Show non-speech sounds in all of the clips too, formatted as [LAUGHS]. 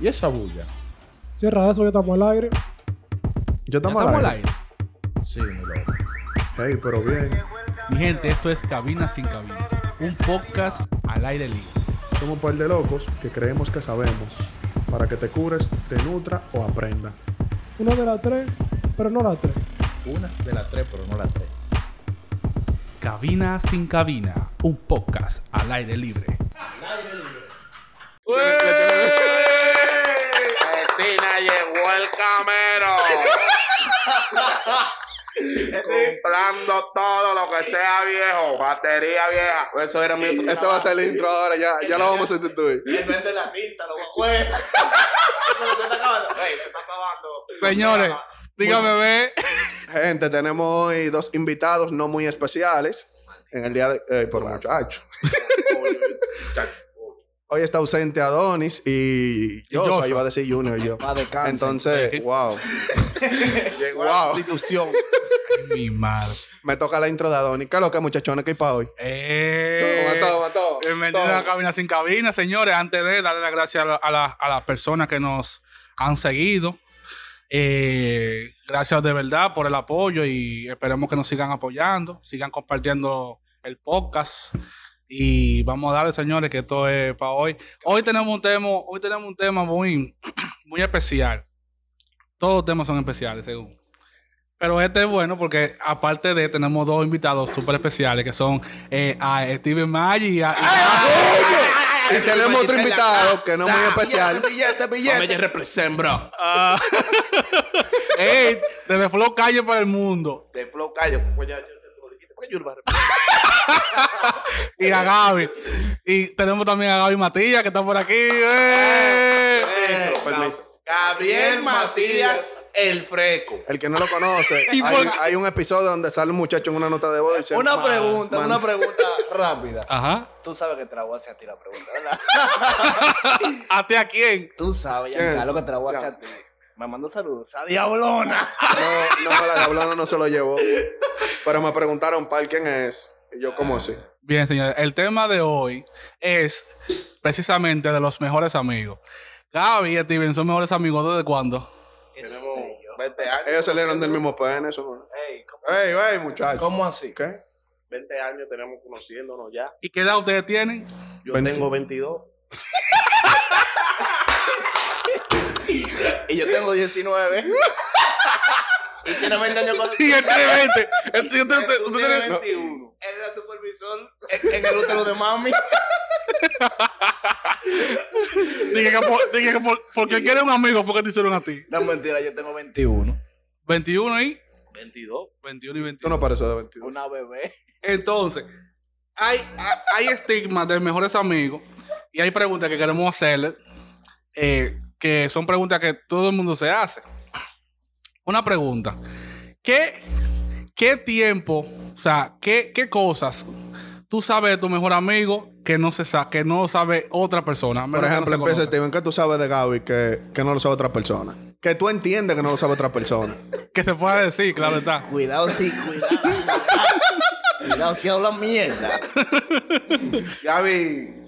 ¿Y esa bulla? Cierra eso, ya estamos al aire. Yo Ya estamos al aire. Sí, mi loco. Ey, pero bien. Mi gente, esto es Cabina sin Cabina. Un podcast al aire libre. Somos un par de locos que creemos que sabemos. Para que te cures, te nutra o aprenda. Una de las tres, pero no las tres. Una de las tres, pero no las tres. Cabina sin Cabina. Un podcast al aire libre. Vecina, llegó el camero. Comprando todo lo que sea viejo, batería vieja. Eso era mi. Eso va a ser el intro ahora, ya, ya lo vamos a sustituir. Depende de la cinta, lo juegues. se está acabando. Ey, se está acabando. Señores, dígame, ve. Gente, tenemos hoy dos invitados no muy especiales. En el día de. eh, por [LAUGHS] muchacho. Hoy está ausente Adonis y. Yo, Joshua. iba a decir Junior yo. Entonces, wow. [LAUGHS] Llegó Wow. institución. Mi madre. Me toca la intro de Adonis. ¿Qué es lo que, muchachones, que hay para hoy? Eh. toma, toma. Bienvenidos a Cabina sin Cabina, señores. Antes de darle las gracias a, la- a la- a las personas que nos han seguido. Eh, gracias de verdad por el apoyo y esperemos que nos sigan apoyando, sigan compartiendo el podcast. Y vamos a darle, señores, que esto es para hoy. Hoy tenemos un tema, hoy tenemos un tema muy, [CLEARS THROAT] muy especial. Todos los temas son especiales, según. Pero este es bueno porque aparte de tenemos dos invitados súper especiales que son eh, a Steven Maggi y a... y a- Y tenemos otro invitado que no es muy especial. Billete, billete. represent, bro. Ah. Ey, desde Flow Calle para el mundo. De flow callo. Pues ya, yo te lo dijiste, porque yo lo voy a repetir. Y a Gaby. Y tenemos también a Gaby Matías, que está por aquí. ¡Eh! Eso, permiso. Gabriel Matías el Freco. El que no lo conoce, hay, hay un episodio donde sale un muchacho en una nota de voz diciendo... Una "Man, pregunta, man". una pregunta rápida. Ajá. Tú sabes que te la voy a hacer a ti la pregunta, ¿verdad? ¿A ti a quién? Tú sabes, ya, ¿Qué? mira, lo que te la voy a hacer a ti. Me mando saludos a Diablona. No, no, la diablona no se lo llevó. Pero me preguntaron, ¿para quién es? Y yo, ¿cómo así? Bien, señores. El tema de hoy es precisamente de los mejores amigos. Gaby y Steven son mejores amigos desde cuándo? Eso Tenemos sé yo. 20 años. Ellos salieron del mismo pene, eso no. Ey, ¿cómo- Ey, ey, muchacho. ¿Cómo así? ¿Qué? 20 años tenemos conociéndonos ya. ¿Y qué edad ustedes tienen? Yo 20. tengo 22. [LAUGHS] Y yo tengo 19. [LAUGHS] y tiene 20 años con Sí, él tiene 20. Él tiene- usted- usted- usted tiene- 21. Él era supervisor en, en el útero de mami. Dije que por- dije que por- porque él quiere un amigo fue que te hicieron a ti. No, mentira, yo tengo 21. 21 y 22. 21 y 21. Tú no pareces de 22. Una bebé. Entonces, hay, hay- hay estigmas de mejores amigos y hay preguntas que queremos hacerle eh, que son preguntas que todo el mundo se hace. Una pregunta. ¿Qué, qué tiempo, o sea, qué, qué cosas tú sabes de tu mejor amigo que no, se sa- que no sabe otra persona? a menos Por que no ejemplo, se empieza conozcan? Steven, ¿qué tú sabes de Gaby que, que no lo sabe otra persona? Que tú entiendes que no lo sabe otra persona. Que se pueda decir, claro está. Cuidado, sí, cuidado. cuidado, si habla mierda. Gaby,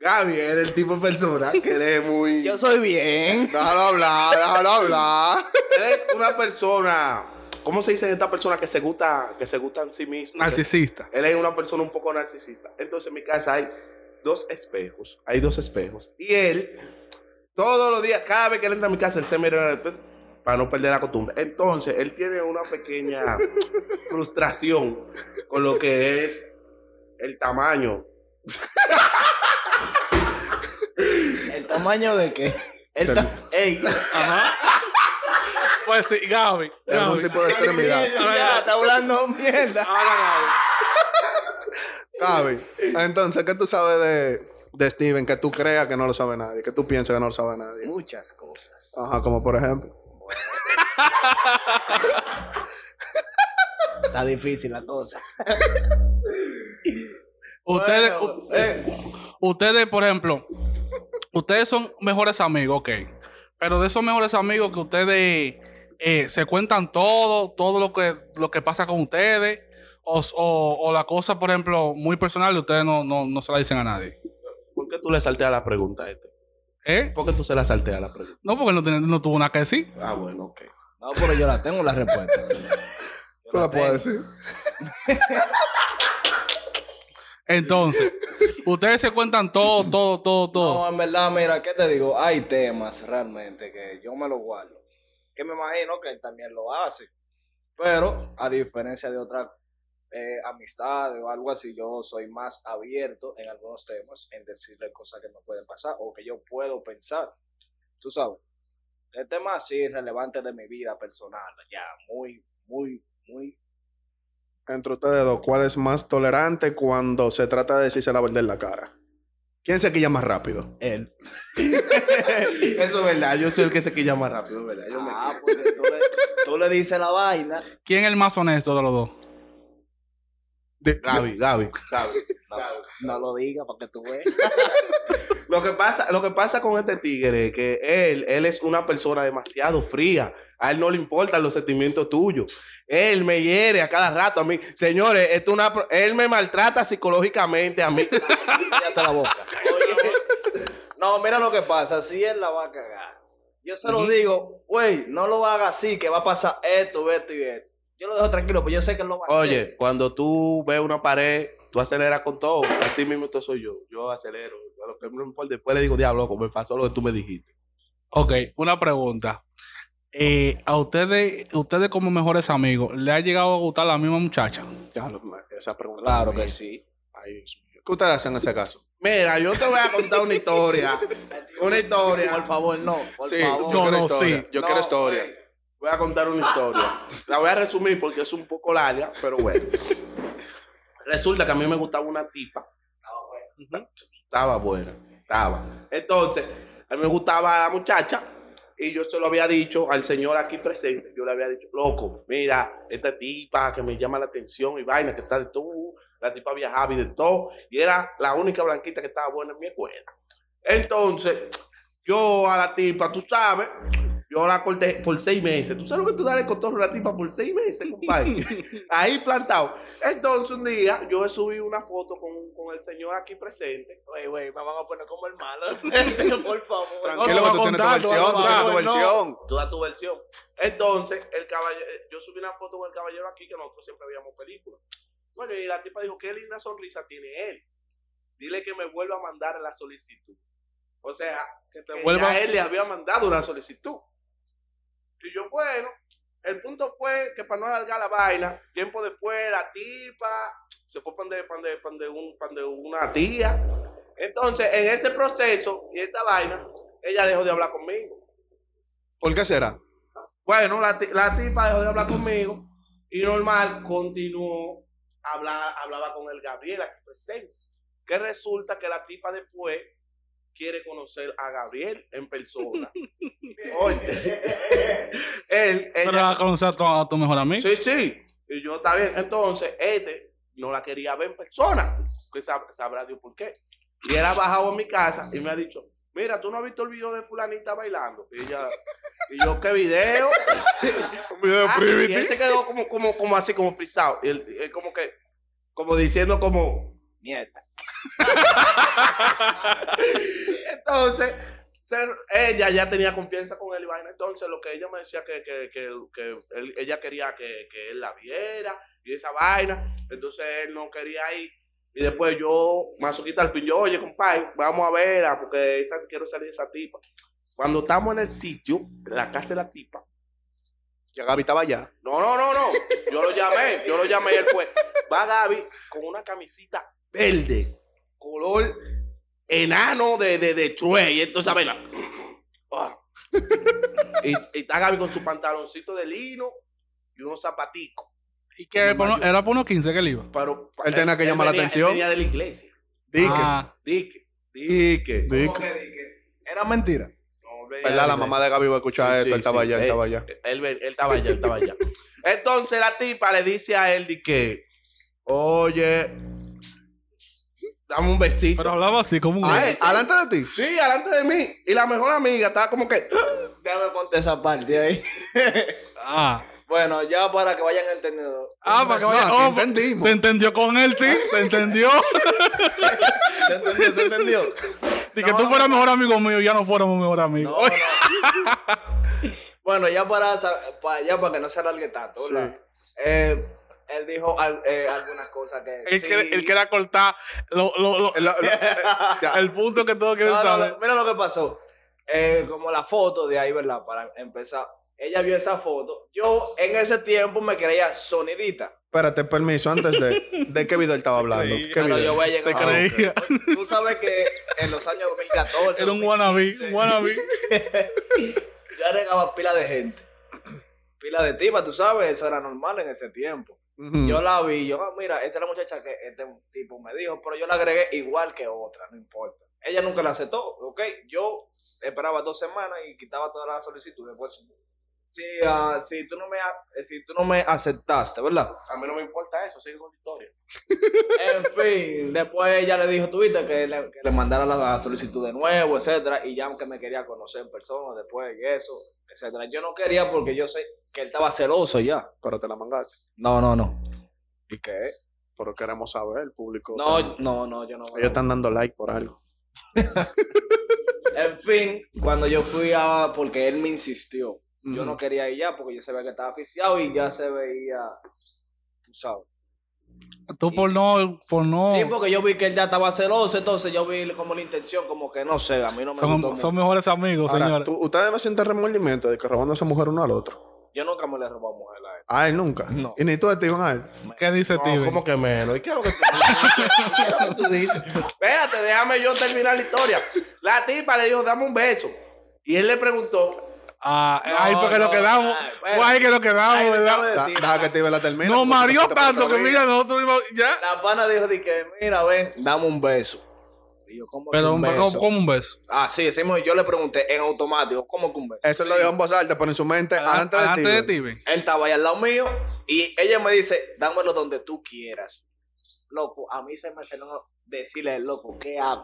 Gaby es el tipo de persona que eres muy... Yo soy bien. Déjalo hablar, déjalo hablar. Eres una persona. ¿Cómo se dice esta persona que se gusta, que se gusta en sí mismo? Narcisista. Él es una persona un poco narcisista. Entonces en mi casa hay dos espejos. Hay dos espejos. Y él, todos los días, cada vez que él entra a mi casa, él se mira en el espejo para no perder la costumbre. Entonces, él tiene una pequeña frustración con lo que es el tamaño. ¿El tamaño de qué? El ta- [LAUGHS] ey, Pues sí, Gaby. Es un Gaby. [LAUGHS] tipo de extremidad. ya, está hablando mierda. Ahora, Gaby. Gaby, entonces, ¿qué tú sabes de, de Steven que tú creas que no lo sabe nadie? Que tú piensas que no lo sabe nadie. Muchas cosas. Ajá, como por ejemplo. Está difícil la cosa. Ustedes, Bueno, u- ustedes, por ejemplo, ustedes son mejores amigos, ok. Pero de esos mejores amigos que ustedes eh, se cuentan todo, todo lo que, lo que pasa con ustedes, o, s- o- o la cosa, por ejemplo, muy personal, ustedes no, no, no se la dicen a nadie. ¿Por qué tú le salteas la pregunta a este? ¿Eh? ¿Por qué tú se la salteas la pregunta? No, porque no, tiene- no tuvo nada que decir. Ah, bueno, ok. No, pero yo la tengo la respuesta. Tú la puedes decir. Entonces, ustedes se cuentan todo, todo, todo, todo. No, en verdad, mira, ¿qué te digo? Hay temas realmente que yo me los guardo. Que me imagino que él también lo hace. Pero, a diferencia de otras eh, amistades o algo así, yo soy más abierto en algunos temas, en decirle cosas que me pueden pasar o que yo puedo pensar. Tú sabes. El tema así relevante de mi vida personal, ya, muy, muy, muy. Entre ustedes dos, ¿cuál es más tolerante cuando se trata de decirse la verdad en la cara? ¿Quién se quilla más rápido? Él. [LAUGHS] Eso es verdad. Yo soy el que se quilla más rápido, es ¿verdad? Yo me- Ah, porque tú le, tú le dices la vaina. ¿Quién es el más honesto de los dos? De- Gaby, Gaby, Gaby. No, no lo digas para que tú veas. Lo que pasa, lo que pasa con este tigre es que él, él es una persona demasiado fría. A él no le importan los sentimientos tuyos. Él me hiere a cada rato a mí. Señores, esto es una, pro- él me maltrata psicológicamente a mí. Cállate la boca. Oye, no, mira lo que pasa. Si él la va a cagar. Yo se lo digo, güey, no lo haga así, que va a pasar esto, esto y esto. Yo lo dejo tranquilo, pues pero yo sé que él lo va a hacer. Oye, cuando tú ves una pared, tú aceleras con todo. Así mismo tú soy yo. Yo acelero. A lo que no me importa. Después le digo, diablo, como me pasó lo que tú me dijiste. Ok, una pregunta. Eh, a ustedes, ustedes como mejores amigos, ¿le ha llegado a gustar la misma muchacha? Ya lo- esa pregunta. Claro que sí. Ay, Dios mío. ¿Qué ustedes hacen en ese caso? Mira, yo te voy a contar una [LAUGHS] historia. Una historia. Por favor, no. Por Sí, favor. yo No, quiero no, historia. sí. Yo No, quiero historia. güey. Voy a contar una historia. La voy a resumir porque es un poco larga, pero bueno. Resulta que a mí me gustaba una tipa. Estaba buena. Estaba buena. Estaba. Entonces, a mí me gustaba la muchacha y yo se lo había dicho al señor aquí presente. Yo le había dicho, loco, mira, esta tipa que me llama la atención y vaina que está de todo. La tipa viajaba y de todo. Y era la única blanquita que estaba buena en mi escuela. Entonces, yo a la tipa, tú sabes, yo la corté por seis meses. ¿Tú sabes lo que tú dale cotorro a la tipa por seis meses, compadre? Ahí plantado. Entonces, un día, yo subí una foto con, con el señor aquí presente. Güey, güey, me van a poner como el malo. [LAUGHS] por favor. Tranquilo, no, que tú tienes tu contando, versión. Tú tienes tu no, versión. Tú da tu versión. Entonces, el caballero, eh, yo subí una foto con el caballero aquí que nosotros siempre veíamos películas. Bueno, y la tipa dijo, qué linda sonrisa tiene él. Dile que me vuelva a mandar la solicitud. O sea, que te vuelva- él le había mandado una solicitud. Y yo, bueno, el punto fue que para no alargar la vaina, tiempo después la tipa se fue pan de, pan de, pan de un, pan de una tía. Entonces, en ese proceso y esa vaina, ella dejó de hablar conmigo. ¿Por qué será? Bueno, la, ti- la tipa dejó de hablar conmigo y normal continuó, habla, hablaba con el Gabriel aquí presente. Que resulta que la tipa después quiere conocer a Gabriel en persona. Oye, [LAUGHS] él, ¿Pero ella, la a conocer a tu, a tu mejor amigo? Sí, sí. Y yo, está bien. Entonces, este no la quería ver en persona. Que sab- sabrá Dios por qué. Y él ha bajado a mi casa y me ha dicho, mira, tú no has visto el video de fulanita bailando. Y ella, y yo, ¿qué video? Un video Ah, y él se quedó como, como, como así, como frisado. Y él, él como que, como diciendo como, Mierda. [LAUGHS] Entonces, se- ella ya tenía confianza con él y vaina. Entonces, lo que ella me decía que, que, que- que él- ella quería que, que él la viera y esa vaina. Entonces, él no quería ir. Y después yo, masoquita al fin, yo, oye, compadre, vamos a verla porque esa- quiero salir de esa tipa. Cuando estamos en el sitio, en la casa de la tipa, Ya Gaby estaba allá. no, no, no, no. Yo lo llamé, yo lo llamé y él fue. Va Gaby con una camisita verde, color enano de, de, de True. Y entonces, a verla. Ah. y, y está Gaby con su pantaloncito de lino y unos zapaticos. ¿Y que era por uno- era por unos 15 que él iba? Pero, Él tenía que llamar la venía- atención. Él venía de la iglesia. Dique. Ah, Dique, dique. Dique. Era mentira. No, venía de ¿Verdad? La iglesia. mamá de Gaby va a escuchar Sí, esto. sí, él estaba sí. allá, él Eh, estaba allá. Él, él estaba allá, él estaba [LAUGHS] allá. Entonces la tipa le dice a él de que, oye, dame un besito. pero hablaba así como un... Ah, ¿eh? ¿Alante de ti? sí, delante de mí. Y la mejor amiga estaba como que, "Ah". Déjame ponte esa parte ahí. [LAUGHS] Ah, bueno, ya para que vayan entendiendo. ah para que vaya... No, sí oh, entendimos. Se entendió con él, sí. Se entendió. ¿Se entendió? ¿Se entendió? De que tú fueras mejor amigo mío y ya no fuéramos mejor amigos. [LAUGHS] No, Oye, no. bueno, ya para, sa- pa- ya para que no se alargue tanto, ¿verdad? Eh, él dijo al- eh, algunas cosas que. él, sí. quiere, él quiere cortar lo- lo- lo- La- la- ya. el punto que todos quieren No, no, saber. no, mira lo que pasó. Eh, como la foto de ahí, ¿verdad? Para empezar. Ella vio esa foto. Yo en ese tiempo me creía sonidita. Espérate, permiso, antes de, de qué video él estaba hablando. creí. ¿Qué Pero video? yo voy a llegar. Te a- creía. Tú sabes que en los años 2014. Era un wannabe, 2015, un wannabe. Yo agregaba pila de gente. [CLEARS THROAT] Pila de tipa, tú sabes, eso era normal en ese tiempo. Ujú. Yo la vi, yo, ah, mira, esa es la muchacha que este tipo me dijo, pero yo la agregué igual que otra, no importa. Ella nunca la aceptó, ok. Yo esperaba dos semanas y quitaba todas las solicitudes. Después, si, ah, si, tú no me, a- eh, si tú no me aceptaste, ¿verdad? A mí no me importa eso, sigue con tu historia. En fin, después ella le dijo, tuviste que le, que le mandara la, la solicitud de nuevo, etcétera, y ya aunque me quería conocer en persona después y eso, etcétera. Yo no quería porque yo sé que él estaba celoso ya. Pero te la mandaste. No, no, no. ¿Y qué? Pero queremos saber, el público. No, no, no, yo no. Ellos están dando like por algo. En fin, cuando yo fui a. Porque él me insistió. Yo Ujú. no quería ir ya porque yo sabía que estaba aficiado y ya se veía. Tú sabes. Tú por no, por no. Sí, porque yo vi que él ya estaba celoso, entonces yo vi como la intención, como que no sé, a mí no me gustó. son, mucho. son mejores amigos, Ahora, señores. tú- ustedes no sienten remordimiento de que robando a esa mujer uno al otro. Yo nunca me le he robado a mujer a él. A él nunca. No. Y ni tú, Steven, a él. ¿Qué dice Steven? ¿Cómo que menos? ¿Y qué es lo [LAUGHS] que tú dices? ¿Qué es lo que tú dices? Espérate, déjame yo terminar la historia. La tipa le dijo, dame un beso. Y él le preguntó, Ah, No, ahí fue que no, nos quedamos. ay, Fue bueno. ahí que nos Ay, quedamos, te acabo Ah, ¿verdad? de Da- decir, Deja que Steven la termine. Nos porque mareó te- te- te- tanto que te- mira, nosotros íbamos. Ya. La pana dijo de que, mira, ven, dame un beso. Y yo, ¿cómo que Pero un beso? como un beso. Ah, sí, sí, mo- yo le pregunté en automático, ¿cómo que un beso? Eso lo dijo en voz alta, pero en su mente, adelante de Adelante de ti. Steven. Él estaba ahí al lado mío y ella me dice, dámelo donde tú quieras. Loco, a mí se me hace loco decirle, loco, ¿qué [LAUGHS] hago?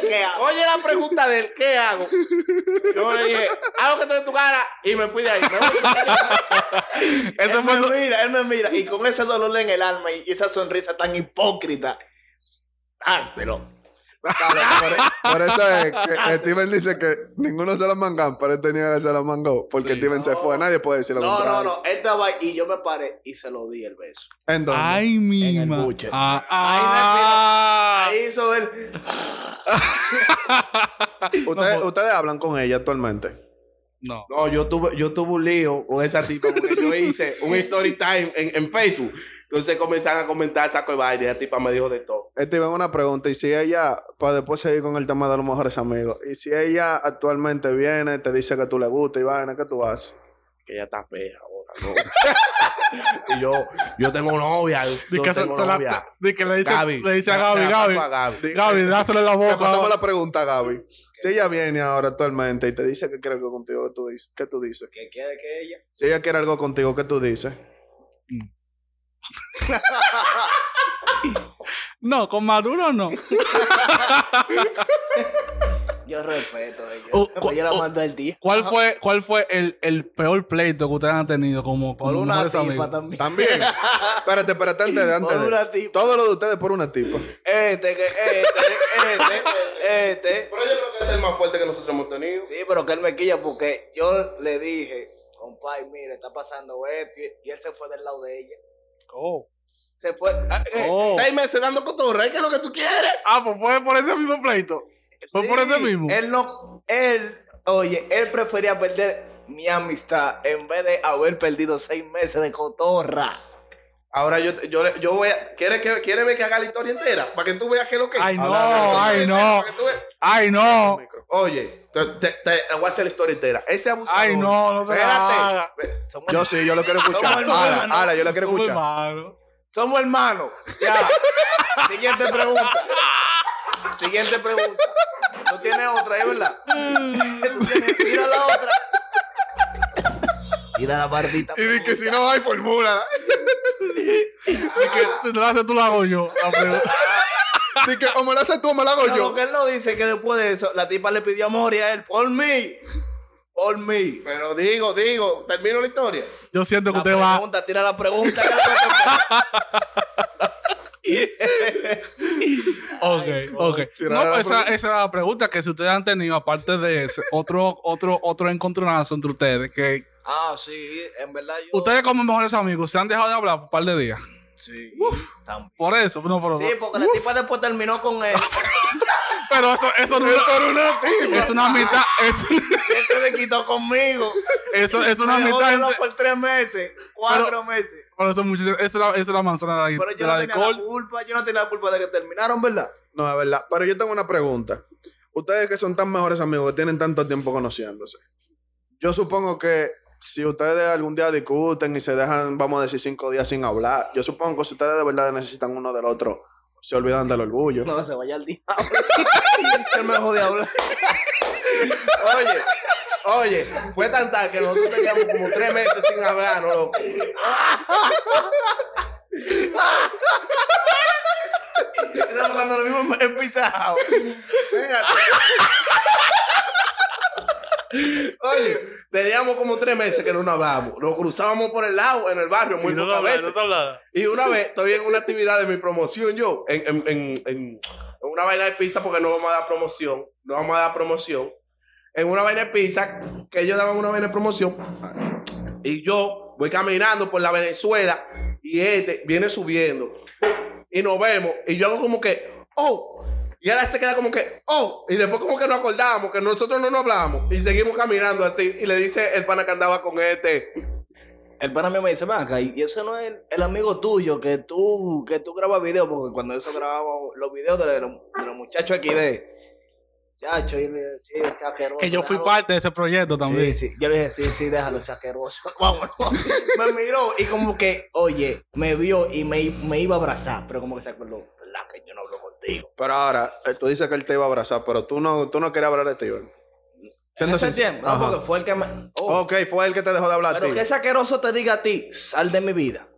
¿Qué hago? oye la pregunta del qué hago. Yo le dije, haz lo que te dé tu cara. Y me fui de [LAUGHS] ahí. Me fui. Ese él fue su- me mira, él me mira y con ese dolor en el alma y esa sonrisa tan hipócrita. Ah, Dártelo. Claro, [LAUGHS] por, por eso es [LAUGHS] que Steven dice que ninguno se la mangan, pero él tenía que se la mangó. Porque Steven se No. fue, nadie puede decir lo No, no, contrario. no, él estaba ahí y yo me paré y se lo di el beso. Entonces, Ay, mi el ma- buche. Ah, ah. Ahí hizo él. ustedes, no, po- ustedes hablan con ella actualmente. No. No, yo tuve, yo tuve un lío con esa tipa porque yo hice un story time en, en Facebook. Entonces comenzaron a comentar saco de baile. La tipa me dijo de todo. Steven, una pregunta. Y si ella, para después seguir con el tema de los mejores amigos, y si ella actualmente viene, te dice que tú le gustas y vaina, ¿qué tú haces? Que ella está fea ahora, ¿no? [LAUGHS] y yo, yo tengo novia. Di Yo que, se- tengo se la- novia. di que le dice, Gaby. le dice a Se la Gaby, Gaby. paso a Gaby. Di- Gaby, dáselo en la Te boca. pasamos la pregunta, Gaby. Si ella viene ahora actualmente y te dice que quiere algo contigo, ¿tú dices? ¿qué tú dices? ¿Qué quiere que ella? Si ella quiere algo contigo, ¿qué tú dices? No, con Maduro no. Yo respeto ella. Oh, Pero yo la mando el día. ¿Cuál fue, cuál fue el, el peor pleito que ustedes han tenido como, Por como una mejores tipa amigos? también. [LAUGHS] También. espérate, espérate, antes de antes. Por de- una tipa. Todo lo de ustedes por una tipa. Este, que este, este, este. Pero yo creo que es el más fuerte que nosotros hemos tenido. Sí, pero que él me quilla porque yo le dije, compadre, mire, está pasando esto. y- Y él se fue del lado de ella. Oh. Se fue. ah, eh, Oh. Seis meses dando cotorra, ¿qué es lo que tú quieres? Ah, pues fue por ese mismo pleito. ¿Fue por eso mismo? eh, Él no. Él, oye, él prefería perder mi amistad en vez de haber perdido seis meses de cotorra. Ahora yo, yo, le- yo voy a. ¿Quieres, que, ¿Quieres ver que haga la historia entera? Para que tú veas qué es lo que. Ay, no, Habla- ay, Para no. que tú veas. Ay, no. Oye, te, te, te- te voy a hacer la historia entera. Ese abusador. Ay, no, no se la haga. Somos, Yo sí, yo lo quiero escuchar. [LAUGHS] Somos Ala, hermanos. ala, yo lo quiero Muy escuchar. malo. somos hermanos. [LAUGHS] Ya. Siguiente pregunta. Siguiente pregunta. Tú tienes otra, [LAUGHS] ¿es verdad? Tú tienes- Mira la otra. Mira la maldita. Y di que si no hay fórmula. Y [LAUGHS] que si te la haces tú la hago yo. la pregunta. Di que o me la haces tú o me la hago Pero yo. lo que él no dice es que después de eso, la tipa le pidió amor y a él, por mí. Por mí. Pero digo, digo, termino la historia. Yo siento que La usted va. [LAUGHS] pregunta, tira la pregunta. Ok, ok. tirar No, la pues esa, pregunta. esa era la pregunta que si ustedes han tenido, aparte de ese, otro, otro, otro encontronazo entre ustedes, que Ah, sí, en verdad yo. ustedes como mejores amigos se han dejado de hablar por un par de días. Sí, también. Por eso, no, pero, Sí, porque la tipa después terminó con él. [LAUGHS] pero eso, eso no es, una tipa. es una mitad, es, Y él se le quitó conmigo. eso, es una Me dejó mitad, de loco entre- por tres meses, cuatro meses. pero eso, es mucho- eso es la, eso es la manzana de la, Pero de yo la no tenía la alcohol. culpa, yo no tenía la culpa de que terminaron, ¿verdad? No, es verdad. Pero yo tengo una pregunta. Ustedes que son tan mejores amigos, que tienen tanto tiempo conociéndose. Yo supongo que si ustedes algún día discuten y se dejan, vamos a decir, cinco días sin hablar, yo supongo que si ustedes de verdad necesitan uno del otro, se olvidan del orgullo. No, se vaya al día. [LAUGHS] Él me jodió hablar. Oye, oye, fue tan tal que nosotros teníamos como tres meses sin hablar, ¿no? loco? Estamos hablando lo mismo en Pizza Hut. Oye, teníamos como tres meses que no nos hablábamos. Nos cruzábamos por el lado en el barrio muy pocas veces. Y una vez estoy en una actividad de mi promoción yo, en, en- en- en- en una vaina de pizza, porque no vamos a dar promoción, no vamos a dar promoción. En una vaina de pizza, que ellos daban una vaina de promoción, y yo voy caminando por la Venezuela, y este viene subiendo, y nos vemos, y yo hago como que, oh, y ahora se queda como que, oh, y después como que nos acordamos, que nosotros no nos hablamos, y seguimos caminando así, y le dice el pana que andaba con este, El pana mío me dice, ven acá, y ese no es el, el amigo tuyo que tú, que tú grabas videos, porque cuando eso grabamos los videos de los, de los muchachos aquí de... Chacho, y le sí, ese asqueroso, Que yo fui déjalo". parte de ese proyecto también. Sí, sí. Yo le dije, sí, sí, déjalo, ese asqueroso. [LAUGHS] Vámonos. me miró y como que, oye, me vio y me, me iba a abrazar, pero como que se acordó, ¿verdad? Que yo no hablo contigo. Pero ahora, eh, tú dices que él te iba a abrazar, pero tú no, tú no querías hablar de ti, ¿verdad? En Siendo ese sincero. tiempo, no, Ajá. porque fue el que me... Oh, Ok, fue él que te dejó de hablar a pero ti. que ese asqueroso te diga a ti, sal de mi vida.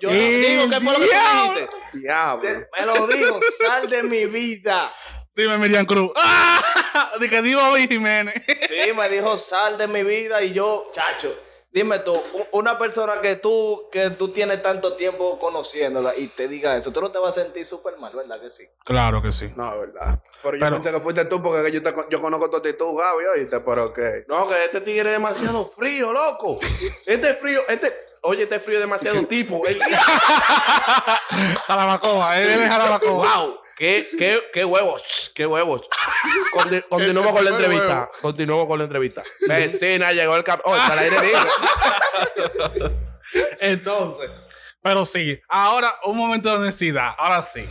yo digo que fue lo que tú dijiste. Diablo. Me lo digo, sal de mi vida. Dime, Miriam Cruz. [LAUGHS] ¡Ah! De que digo hoy, Jiménez. Sí, me dijo, sal de mi vida y yo, chacho, dime tú, u- una persona que tú, que tú tienes tanto tiempo conociéndola y te diga eso, tú no te vas a sentir súper mal, ¿verdad que sí? Claro que sí. No, es verdad. Pero yo Pero- pensé que fuiste tú porque yo, te con- yo conozco tu actitud, Gaby, oíste, pero ok. No, que este tigre es demasiado frío, loco. Este frío, este. Oye, este frío es demasiado tipo. El- [LAUGHS] Jarabacoa, él es Jarabacoa. ¡Wow! ¡Qué, qué, qué huevos! ¡Qué huevos! [LAUGHS] Conti- continuamos con la Qué entrevista. huevo. Continuamos con la entrevista. Vecina, llegó el cap. ¡Oh, está al aire libre! Entonces, pero sí, ahora un momento de honestidad. Ahora sí.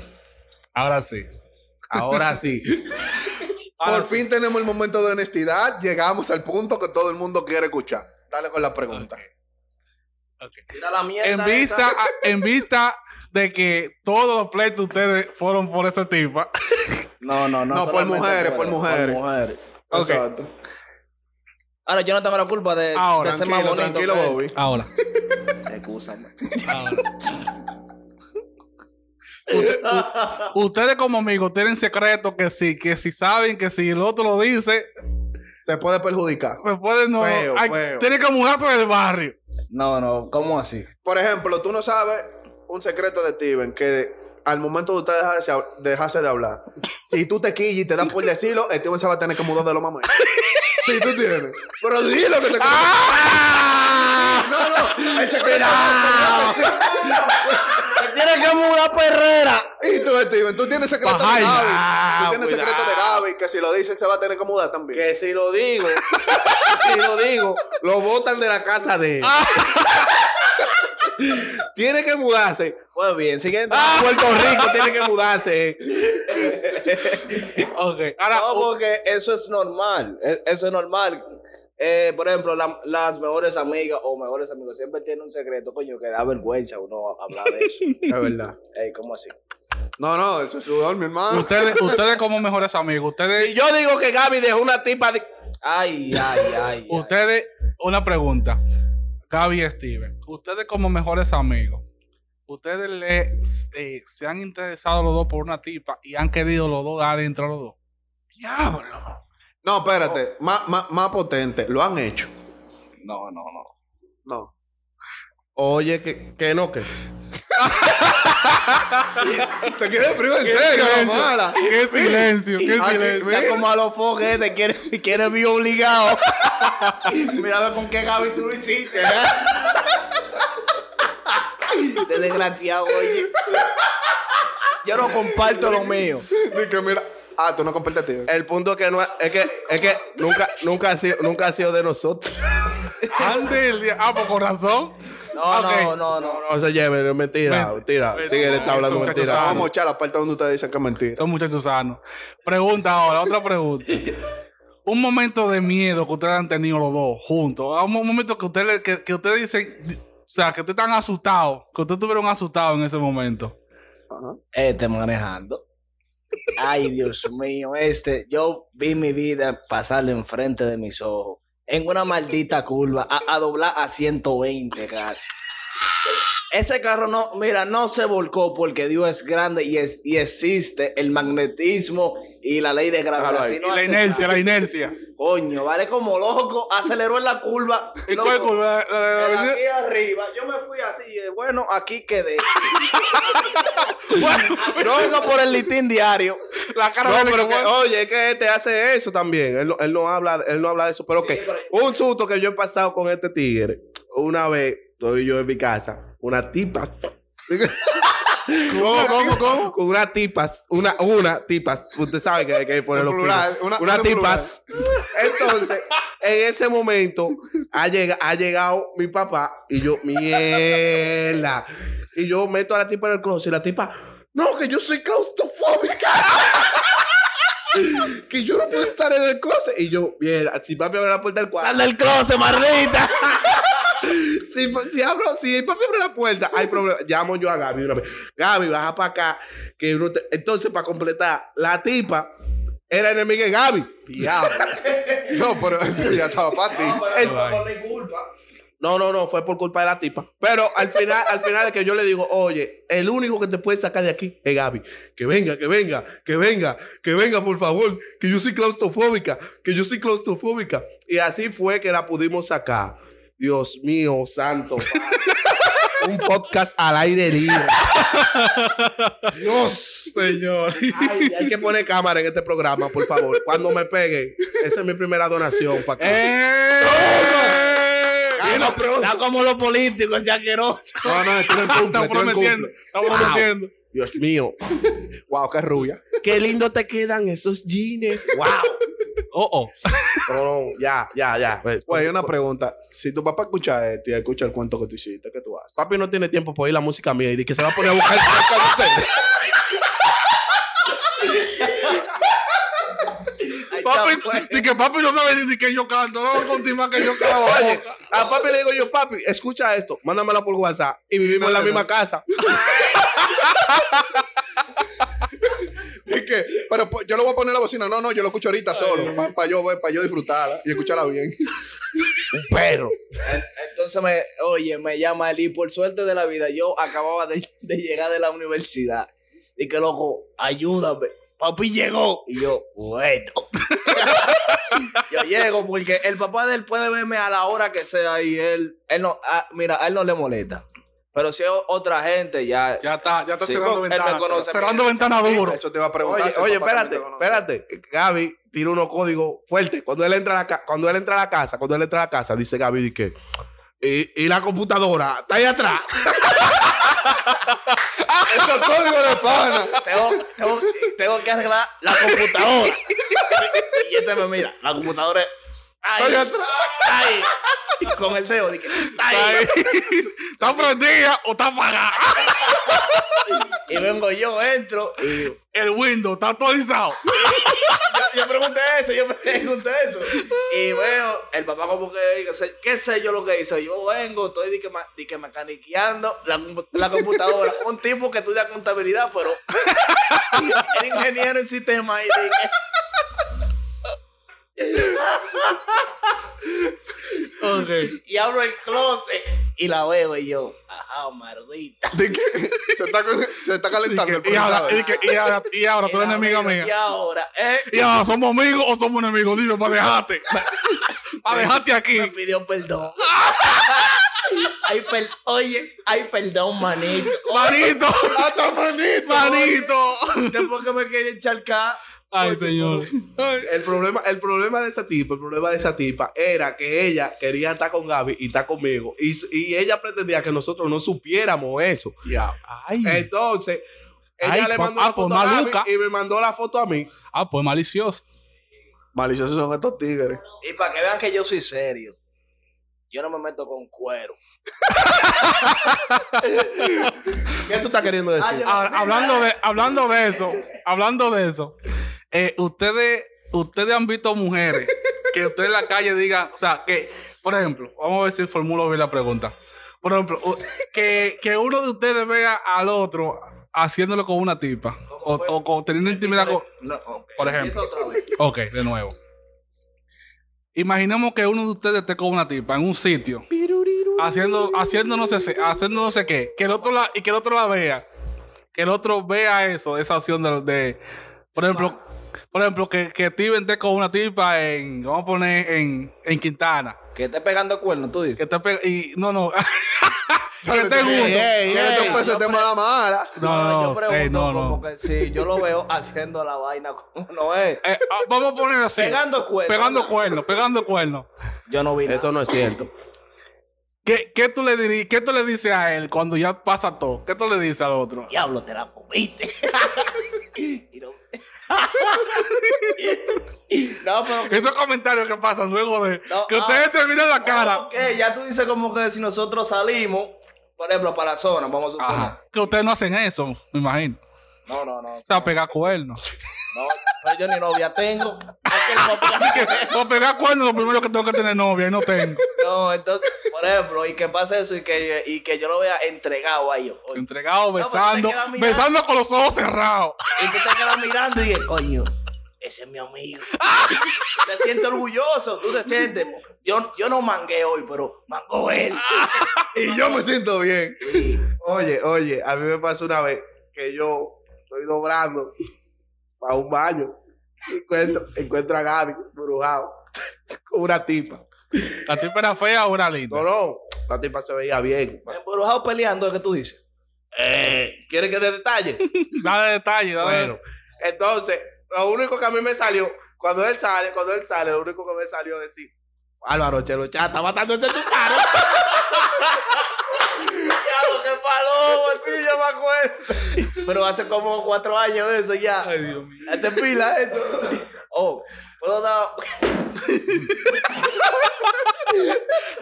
Ahora sí. Ahora sí. Ahora [LAUGHS] Ah, Por sí. fin tenemos el momento de honestidad. Llegamos al punto que todo el mundo quiere escuchar. Dale con la pregunta. Tira la mierda. En esa. vista, a- en vista de que todos los pleitos de ustedes fueron por esa tipa, No, no, no. No, por solamente mujeres, por mujeres. Ok. Exacto. Ahora yo no tengo la culpa de, Ahora, de ser más Tranquilo, bonito. tranquilo, que él. Bobby. ahora, Excúsame. ustedes como amigos tienen secretos que sí, que si saben, que si el otro lo dice, Se puede perjudicar. se pueden no. Feo, hay- feo. Tienen que mudarse del barrio. No, no, ¿cómo así? Por ejemplo, tú no sabes un secreto de Steven que al momento de usted dejarse, dejarse de hablar, si tú te quillas y te dan por decirlo, Steven se va a tener que mudar de los mamás. [LAUGHS] Sí, tú tienes. Pero dilo que te Ah, No, no. El secreto. ¡Te tienes que mudar perrera! Y tú, Steven, tú tienes secreto de Pajaina. Gaby. Tú tienes Ah, Cuidado. secreto de Gaby, que si lo dice, él se va a tener que mudar también. que si lo digo, si lo digo, lo botan de la casa de él. Ah. tiene que mudarse. Ah. Pues bien, siguiente. [LAUGHS] A Puerto Rico tiene que mudarse. [LAUGHS] eh. Ok, ahora, no, u- porque eso es normal. e- Eso es normal. Eh, por ejemplo, la- las mejores amigas o mejores amigos siempre tienen un secreto, coño, que da vergüenza uno hablar [LAUGHS] de eso. Es verdad. Ey, ¿cómo así? No, no, eso es sudor, mi hermano. ustedes, ustedes como mejores amigos, ustedes, Y yo digo que Gaby dejó una tipa de. Ay, ay, ay. ay. ustedes, una pregunta. Gaby y Steven, ustedes como mejores amigos, ustedes le, eh, se han interesado los dos por una tipa y han querido los dos dar entre los dos. Diablo. No, espérate. Más, más, más potente. Lo han hecho. No, no, no. No. Oye, que, que no, que. Te quieres primo en serio, mala. ¡Qué silencio! ¡Qué Ah, silencio! [LAUGHS] que- Mira ¿ves? como a los [LAUGHS] foguetes, quiere, quiere vivir obligado. [LAUGHS] Mira a ver con qué Gaby tú lo hiciste. ¿eh? [LAUGHS] Te desgraciado, oye. Yo no comparto lo mío. Ni que mira. Ah, tú no compartes tío. El punto es que no es que, es que nunca, nunca, ha sido, nunca ha sido de nosotros. Ande el día. Ah, pues con razón. No, Ok. no, no, no. No se lleven, es mentira, Vente, mentira. vente. Tigre está hablando Eso, muchachos, mentira. Vamos a echar la parte donde ustedes dicen que es mentira. Son muchachos sanos. Pregunta ahora, otra pregunta. Un momento de miedo que ustedes han tenido los dos juntos. Un momento que ustedes, que, que ustedes dicen, o sea, que ustedes están asustados, que ustedes estuvieron asustados en ese momento. Este manejando. Ay, Dios mío, este. Yo vi mi vida pasarle enfrente de mis ojos. En una maldita curva. A, a doblar a 120 casi. Ese carro no, mira, no se volcó porque Dios es grande y, es, y existe el magnetismo y la ley de gravedad. Déjalo ahí. Si Y no la hace inercia, nada, la inercia. Coño, vale como loco. Aceleró en la curva. ¿Y loco. cuál curva? La- la- la Era avenida- aquí arriba, yo me fui así, y de, bueno, aquí [LAUGHS] quedé. Luego por el litín diario. La cara No, de pero que, Nicole. oye, es que este hace eso también. Él, no- él no habla, él no habla de eso. Pero que un susto que yo he pasado con este tigre. Una vez, estoy yo en mi casa, una tipa. ¿Cómo, cómo, cómo? Una tipas, una, una tipas. Usted sabe que hay que ponerlo fino. Plural, una- una tipas. Entonces, en ese momento, ha, llega- ha llegado mi papá y yo, mierda. Y yo meto a la tipa en el closet y la tipa, no, que yo soy claustrofóbica. [LAUGHS] que yo no puedo estar en el closet. Y yo, mierda, si papi abre la puerta del cuarto. Sal del closet, maldita. Si, si abro, si papi abre la puerta, hay problema. Llamo yo a Gaby de una vez. Gaby, baja para acá. Que uno te- Entonces, para completar, la tipa era enemiga de Gaby. Diablo. [LAUGHS] no, pero eso ya estaba para ti. [LAUGHS] No, no, no, fue por culpa de la tipa. Pero al final, al final es que yo le digo, oye, el único que te puede sacar de aquí es Gaby. Que venga, que venga, que venga, que venga, por favor. Que yo soy claustrofóbica, que yo soy claustrofóbica. Y así fue que la pudimos sacar. Dios mío, santo. [LAUGHS] padre. Un podcast al aire libre. Dios, señor. Ay, hay que poner cámara en este programa, por favor. Cuando me peguen, esa es mi primera donación para que. ¡Eh! Cámara. Está como los políticos, [LAUGHS] ese asqueroso. No, no, estoy en cumple, Están estoy en prometiendo, cumple. están prometiendo. Dios mío. Wow, qué rubia. Qué lindo te quedan esos jeans. Wow. Oh, oh. No, no, ya, ya, ya. Pues, Güey, una pregunta. Si tu papá escucha esto y escucha el cuento que tú hiciste, ¿qué tú haces? Papi no tiene tiempo para oír la música mía y dice que se va a poner a buscar el podcast de ustedes. pues. Papi, di que papi no sabe ni que yo canto, no continúa que yo canto. [LAUGHS] Oye, a papi le digo yo, papi, escucha esto, mándamela por WhatsApp y vivimos en la misma casa. [LAUGHS] Es que, pero po- yo le voy a poner la bocina. No, no, yo lo escucho ahorita solo. Para yo, para yo disfrutarla y escucharla [LAUGHS] bien. Pero, Entonces, me, oye, me llama él y por suerte de la vida, yo acababa de, de llegar de la universidad. Y que loco, ayúdame. Papi llegó. Y yo, bueno. [LAUGHS] yo llego porque el papá de él puede verme a la hora que sea y él, él no, ah, mira, a él no le molesta. Pero si es otra gente, ya. Ya está, ya está Sí, cerrando él me ventanas. conoce, Cerrando mira. ventanas duro. Eso te va a preguntar. oye, si el oye, papá espérate, también te conoce. espérate. Gaby tiene unos códigos fuertes. Cuando él entra a la, ca- cuando él entra a la casa, cuando él entra a la casa, dice Gaby, di que y, y la computadora está ahí [LAUGHS] atrás. Eso es código de pana. Tengo, tengo, tengo que arreglar la computadora. y este me mira, la computadora es. Ahí Ay, atrás. ay. Y con el dedo dije, ay. ¿Está prendida o está apagada? Y vengo yo, entro. Y digo, El Windows está actualizado. yo, yo pregunté eso, yo pregunté eso. Y veo, el papá como que, qué sé, qué sé yo lo que hizo. Yo vengo, estoy di que, ma- di que mecaniqueando la, compu- la computadora. Un tipo que estudia contabilidad, pero [LAUGHS] era ingeniero en sistema. Y dije, Ok. y abro el closet y la veo y yo, ajá, maldita. De que- se, está, se [LAUGHS] está calentando el Y ahora, procesador. y, que- y ahora, y ahora, tú eres Era enemiga mío, Y mía. ahora, eh, Y ahora, ¿somos amigos o somos [LAUGHS] [LAUGHS] enemigos? Dime, para dejarte. Para dejarte aquí. me pidió perdón. Ay, per- Oye, ay, perdón, manito. [LAUGHS] Manito, ¡Hasta manito! manito. Después que me quería encharcar. Ay, señor. El problema, el problema de esa tipa, el problema de esa tipa era que ella quería estar con Gaby y estar conmigo. Y, s- y ella pretendía que nosotros no supiéramos eso. Ay. Mm. Entonces, ella Ay, le pa- mandó ah, la pues, foto a Gaby maluca. y me mandó la foto a mí. Ah, pues malicioso. Maliciosos son estos tigres. Y para que vean que yo soy serio, yo no me meto con cuero. ¿Qué tú estás queriendo Ah, Ah, decir? Ahora, hablando de, hablando de eso, hablando de eso, eh, ustedes, ustedes han visto mujeres que ustedes en la calle digan, o sea, que, por ejemplo, vamos a ver si formulo bien la pregunta. Por ejemplo, u- que, que uno de ustedes vea al otro haciéndolo con una tipa o, o con- teniendo intimidad con. Por ejemplo. Ok, de nuevo. Imaginemos que uno de ustedes esté con una tipa en un sitio haciendo, haciendo no sé, se- haciendo no sé qué, que el otro la, y que el otro la vea, que el otro vea eso, esa opción de, de- por ejemplo, por ejemplo, que, que Steven esté con una tipa en, vamos a poner en, en Quintana, Que esté pegando cuernos, tú dices. que esté pe- y no, no, [LAUGHS] que esté Ey, junto. ey, ey, después ese tema da mala. No, yo no, ey, pregunto no, como no. que si yo lo veo haciendo la vaina como no es. Eh, ah, vamos a poner así. Pegando cuernos. Pegando cuernos, pegando cuernos. Yo no vi nada. Esto no es cierto. ¿Qué, qué tú le dirí- qué tú le dices a él cuando ya pasa todo? ¿Qué tú le dices al otro? Diablo, te la comiste. Y no- No, pero Esos comentarios que pasan luego de No, que ah. ustedes terminan la cara. Ok, ya tú dices como que si nosotros salimos, por ejemplo, para la zona, vamos a suponer. Que ustedes no hacen eso, me imagino. No, no, no. O sea, pegar [LAUGHS] cuernos. No, pero yo ni novia tengo. O pegar cuernos es lo primero que tengo que tener novia y no tengo. No, entonces, por ejemplo, y que pase eso y que, y que yo lo vea entregado ahí. oye. Entregado, pero te besando, quedas mirando. besando con los ojos cerrados. Y tú te quedas mirando y coño, ese es [LAUGHS] mi amigo. te sientes orgulloso, tú te sientes. Yo, yo no mangué hoy, pero mangó él. Y yo me siento bien. Oye, oye, a mí me pasó una vez que yo estoy doblando para un baño. Encuentro, encuentro a Gaby, brujado, con una tipa. La tipa era fea o era linda. No, no, la tipa se veía bien. Embrujado peleando, es que tú dices. Eh, ¿Quieres que dé detalle? Dale detalle, dale. Bueno, entonces, lo único que a mí me salió, cuando él sale, cuando él sale, lo único que me salió es decir, Álvaro Chelo Chá, está matándose tu cara. [LAUGHS] Diablo, qué palomo, tío, ya me acuerdo. Pero hace como cuatro años de eso ya. Ay, Dios mío. Este pila esto. Oh, puedo dar.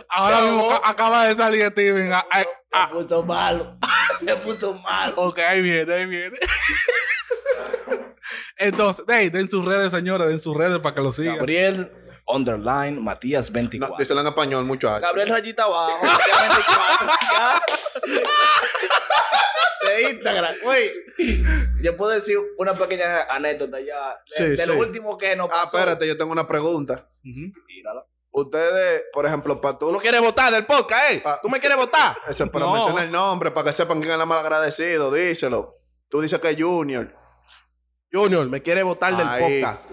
Ahora mismo ca- acaba de salir Steven. Ah, ah, ah, Me puso malo. Me puso malo. ok, ahí viene, ahí viene. Entonces, hey, den sus redes, señores, den sus redes para que lo sigan. Gabriel, underline, Matías 24. No, díselo en español, Ah, muchachos. Gabriel Rayita abajo, Matías 24. ya. De Instagram, güey. Yo puedo decir una pequeña anécdota ya. De, Sí, de sí. lo último que nos Ah, pasó. espérate, yo tengo una pregunta. Ujú. Ustedes, por ejemplo, para tú... ¿Tú quieres votar del podcast, eh? pa- ¿Tú me quieres votar? Eso, para No. mencionar el nombre, para que sepan quién es el mal agradecido, díselo. Tú dices que es Junior. Junior, me quiere votar del Ahí. podcast.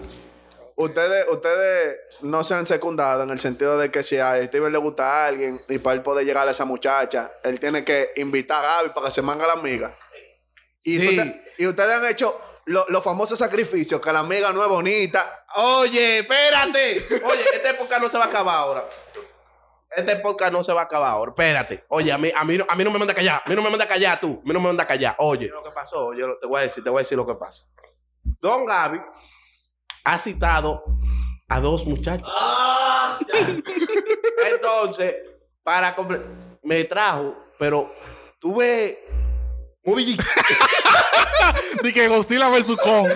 Ustedes, ustedes no se han secundado en el sentido de que si a Steven le gusta a alguien y para él poder llegar a esa muchacha, él tiene que invitar a Gaby para que se manga la amiga. Y, Sí. usted- y ustedes han hecho lo- los famosos sacrificios, que la amiga no es bonita. Oye, espérate. Oye, este podcast no se va a acabar ahora. Este podcast no se va a acabar ahora. Espérate. Oye, a mí, a mí, no- a mí no me manda a callar. A mí no me manda a callar tú. A mí no me manda a callar. Oye. Lo que pasó, yo lo- te voy a decir, te voy a decir lo que pasó. Don Gaby ha citado a dos muchachos. Entonces, para comple- me trajo, pero tuve Moby Dick. Di que Godzilla vs. Kong.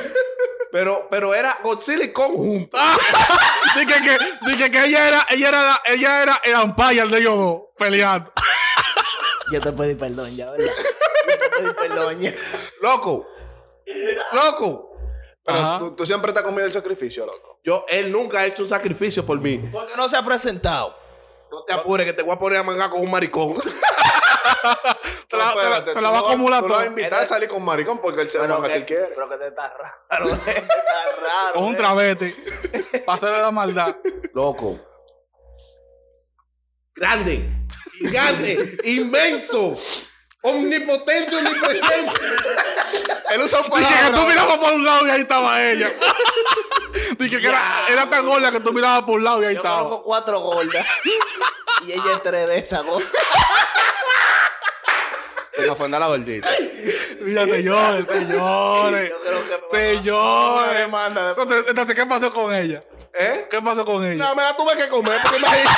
pero pero era Godzilla y Kong juntos. Dije que, dije que ella era, ella era, la- ella era el umpire de ellos dos, peleando. Yo te pedí perdón, ya, ¿verdad? Yo te pedí perdón, ya. Loco. [LAUGHS] Loco. Ajá. Pero tú, tú siempre te has comido el sacrificio, loco. Yo, él nunca ha hecho un sacrificio por mí. Porque no se ha presentado. No te apures que te voy a poner a mangar con un maricón. [LAUGHS] Te la, te la- Espérate, te la tú va a no acumular Tú lo vas todo. a invitar a salir con maricón porque él se la manga si él quiere. Pero que te está raro. [LAUGHS] te está raro. Con un eh. travete. Para hacerle la maldad. Loco. Grande. gigante, inmenso, omnipotente, omnipresente. Él [LAUGHS] usa Dije que palabras. tú mirabas por un lado y ahí estaba ella. Dije que era, era tan gorda que tú mirabas por un lado y ahí Yo estaba. conozco cuatro gordas. [LAUGHS] y ella es tres de esas gordas. Se me ofenda la gordita. Mira, señores, señores. Yo creo que me van a- Señores. Una demanda de- Entonces, entonces, ¿qué pasó con ella? ¿Eh? ¿Qué pasó con ella? No, me la tuve que comer porque [LAUGHS] imagínate.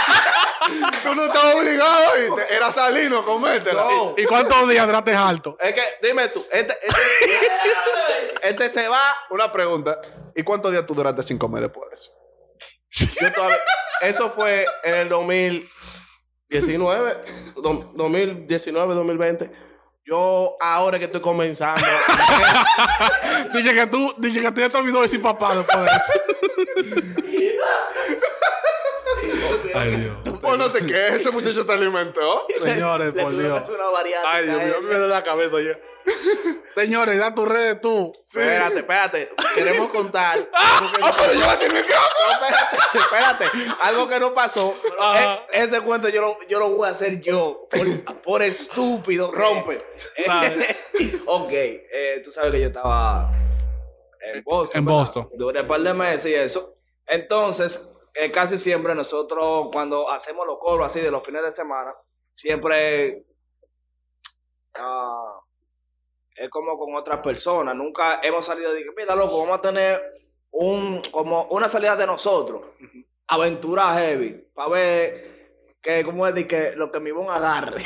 tú no estabas obligado, ¿viste? Era salino comértela. No. ¿Y cuántos días trates alto? Es que, dime tú, este, este- este se va. Una pregunta. ¿Y cuántos días tú duraste sin comer después de eso? Yo todavía- eso fue en el 2019, do- 2019, 2020. Yo ahora que estoy comenzando, [LAUGHS] Dije que tú, dije que a ti ya te olvidó decir papá después de eso. Ay, Dios. Pues no te quejes, ese muchacho te alimentó. [LAUGHS] Señores, [LAUGHS] Le por tuvieron que Dios. hacer una variante Ay, Dios a mío, él. a mí me duele la cabeza ya. Señores, da tus redes tú. Espérate, espérate. Queremos contar. [LAUGHS] porque- Ah, Pero llévate [LAUGHS] el micrófono. espérate, espérate. Algo que no pasó. Ah. Ajá. E- ese cuento yo lo, yo lo voy a hacer yo. Por, por estúpido. Rompe. Vale. [LAUGHS] ok. eh, tú sabes que yo estaba en Boston. Eh, En ¿verdad? Boston. Duré un par de meses y eso. Entonces, eh, casi siempre nosotros, cuando hacemos los coros así de los fines de semana, siempre ah, es como con otras personas. Nunca hemos salido de que, mira, loco, vamos a tener un, como una salida de nosotros. Aventura heavy. Para ver que, ¿cómo es? De que lo que mi [LAUGHS] bon agarre.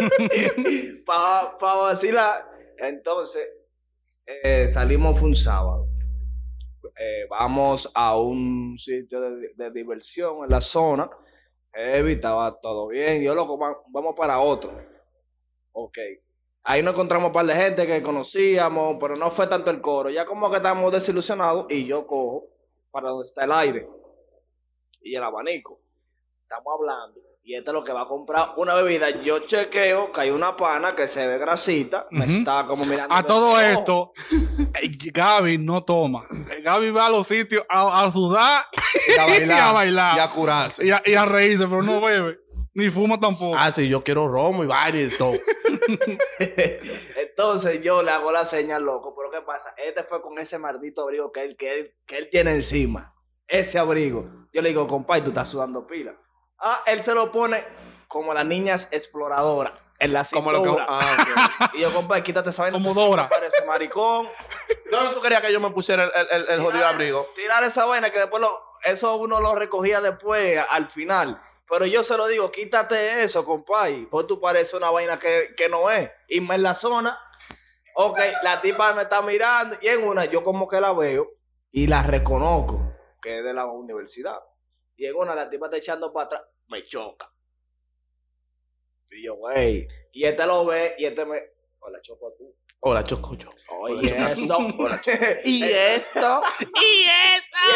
[LAUGHS] para pa vacilar. Entonces, eh, salimos fue un sábado. Eh, vamos a un sitio de, de diversión en la zona. Heavy, estaba todo bien. Yo, loco, va- vamos para otro. Ok. Ahí nos encontramos un par de gente que conocíamos, pero no fue tanto el coro. Ya como que estábamos desilusionados y yo cojo para donde está el aire y el abanico. Estamos hablando y este es lo que va a comprar una bebida. Yo chequeo que hay una pana que se ve grasita. Me Ujú. está como mirando. A de todo reojo. esto, eh, Gaby no toma. Eh, Gaby va a los sitios a, a sudar Y a y a bailar. Y a curarse. y a, y a reírse, pero no bebe. Ni fuma tampoco. Ah, sí, yo quiero romo y baile y todo. Entonces yo le hago la señal, loco. Pero ¿qué pasa? Este fue con ese maldito abrigo que él, que él, que él tiene encima. Ese abrigo. Yo le digo, compadre, tú estás sudando pila. Ah, él se lo pone como las niñas exploradoras en la Como cintura. lo que. Ah, ok. [LAUGHS] Y yo, compadre, quítate esa vaina. Como Dora. tú eres maricón. ¿Dónde tú querías que yo me pusiera el, el- el- el jodido abrigo? Tirar esa vaina que después lo- eso uno lo recogía después a- al final. Pero yo se lo digo, quítate eso, compadre. Porque tú pareces una vaina que, que no es. Y más en la zona. Ok, la tipa me está mirando. Y en una, yo como que la veo y la reconozco, que es de la universidad. Y en una, la tipa está echando para atrás. Me choca. Y yo, güey. Y este lo ve y este me. Hola, choco tú. Hola, choco yo. Oye, eso. [LAUGHS] y esto. Eh, y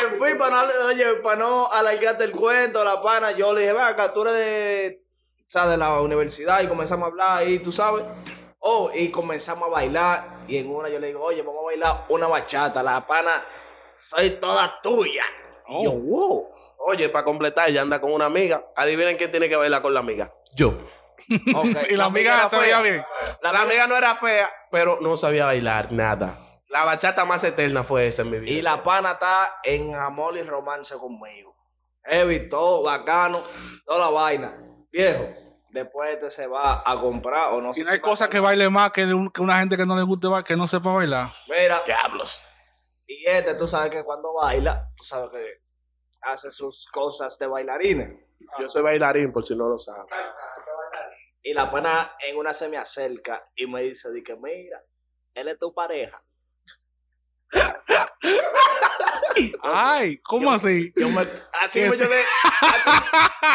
en fin, para no, oye, para no alargarte el cuento, la pana, yo le dije, venga, tú eres de, o sea, de la universidad y comenzamos a hablar y tú sabes. Oh, y comenzamos a bailar. Y en una yo le digo, oye, vamos a bailar una bachata. La pana, soy toda tuya. Y Oh. yo, wow. Oye, para completar, ella anda con una amiga. Adivinen quién tiene que bailar con la amiga. Yo. Ok, Oh. [LAUGHS] y la amiga amiga te fue- veía bien. La, amiga no era fea, pero no sabía bailar nada. La bachata más eterna fue esa en mi vida. Y la pana está en amor y romance conmigo. Heavy, todo bacano, toda la vaina. Viejo, después este se va a comprar o no Y sé no si hay va a cosa que baile más que, de un- que una gente que no le guste ba- que no sepa bailar. Mira, Diablos. y este tú sabes que cuando baila, tú sabes que hace sus cosas de bailarines. Yo soy bailarín, por si no lo saben. Y la pana en una se me acerca y me dice, di que mira, él es tu pareja. Ay, ¿cómo así? Yo me, así ¿Qué me es? [LAUGHS] yo, le-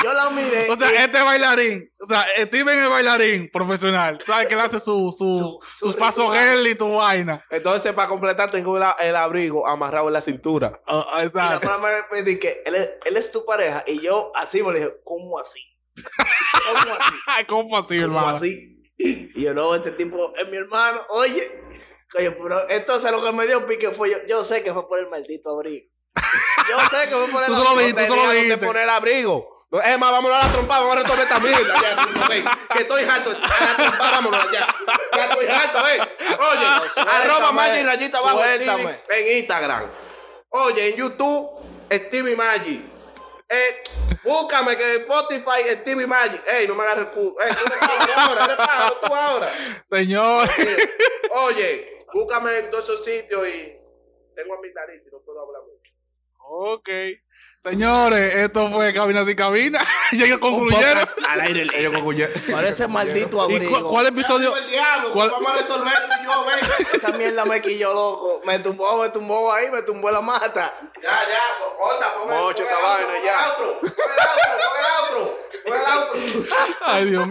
yo la miré. O sea, y- este bailarín, o sea, eh, Steven es bailarín profesional. ¿Sabes que le hace su, su- Su- sus su pasos ritual. gel y tu vaina? Entonces, para completar, tengo la- el abrigo amarrado en la cintura. Ah, ah, Y la exacto. mamá me- me dice que él es, él es tu pareja. Y yo así me le dije, ¿cómo así? [LAUGHS] ¿Cómo así? Ay, [LAUGHS] ¿cómo así, ¿Cómo hermano? así? Y yo, no, este tipo es mi hermano. Oye, coño, pero entonces lo que me dio pique fue yo. Yo sé que fue por el maldito abrigo. Yo sé que fue por el Tú solo abrigo. dijiste, tú solo Tenía donde dijiste. poner abrigo. No, es más, vámonos a la trompa, vamos a resolver esta mierda. Ya, no, ven, que estoy harto. A la trompa, vámonos ya. Ya estoy harto, ven. Ah, Oye, arroba Maggi Rayita abajo suéltame. Stevie en Instagram. Oye, en YouTube, Stevie Maggi. Eh, búscame que en Spotify, Stevie Maggi. Ey, no me agarres el culo. Ey, tú eres pájaro [LAUGHS] ahora, eres pájaro tú ahora. Señor. Oye, búscame en todos esos sitios y tengo a mi nariz y no puedo hablar mucho. Ok. Señores, esto fue Cabina sin Cabina. [LAUGHS] Ya ellos concluyeron. Al aire, ellos concluyeron. Parece maldito ¿Y cu- abrigo. cuál episodio? el diablo, ¿Cuál- vamos a resolver tú y yo, ven. Esa mierda me quilló loco. Me tumbó, me tumbó ahí, me tumbó la mata. Ya, ya, co- corta, ponme ponme Mocho, esa el vaina, outro, ya. Pon el outro, pon el outro, pon el outro, pon el outro. Ay, Dios mío.